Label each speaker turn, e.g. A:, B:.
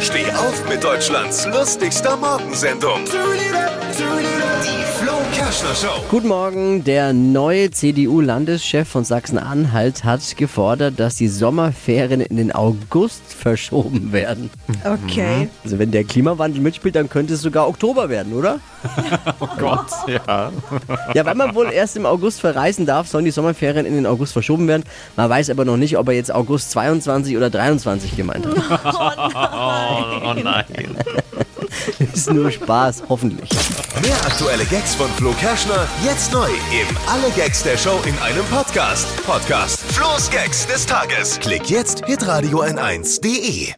A: Steh auf mit Deutschlands lustigster Morgensendung. Die Flo Kerschner Show.
B: Guten Morgen. Der neue CDU-Landeschef von Sachsen-Anhalt hat gefordert, dass die Sommerferien in den August verschoben werden.
C: Okay.
B: Also wenn der Klimawandel mitspielt, dann könnte es sogar Oktober werden, oder?
D: Oh Gott, ja.
B: Ja, weil man wohl erst im August verreisen darf, sollen die Sommerferien in den August verschoben werden. Man weiß aber noch nicht, ob er jetzt August 22 oder 23 gemeint hat.
D: Oh nein.
B: Ist nur Spaß, hoffentlich.
A: Mehr aktuelle Gags von Flo Kerschner jetzt neu im Alle Gags der Show in einem Podcast. Podcast Flo's Gags des Tages. Klick jetzt hitradio n1.de.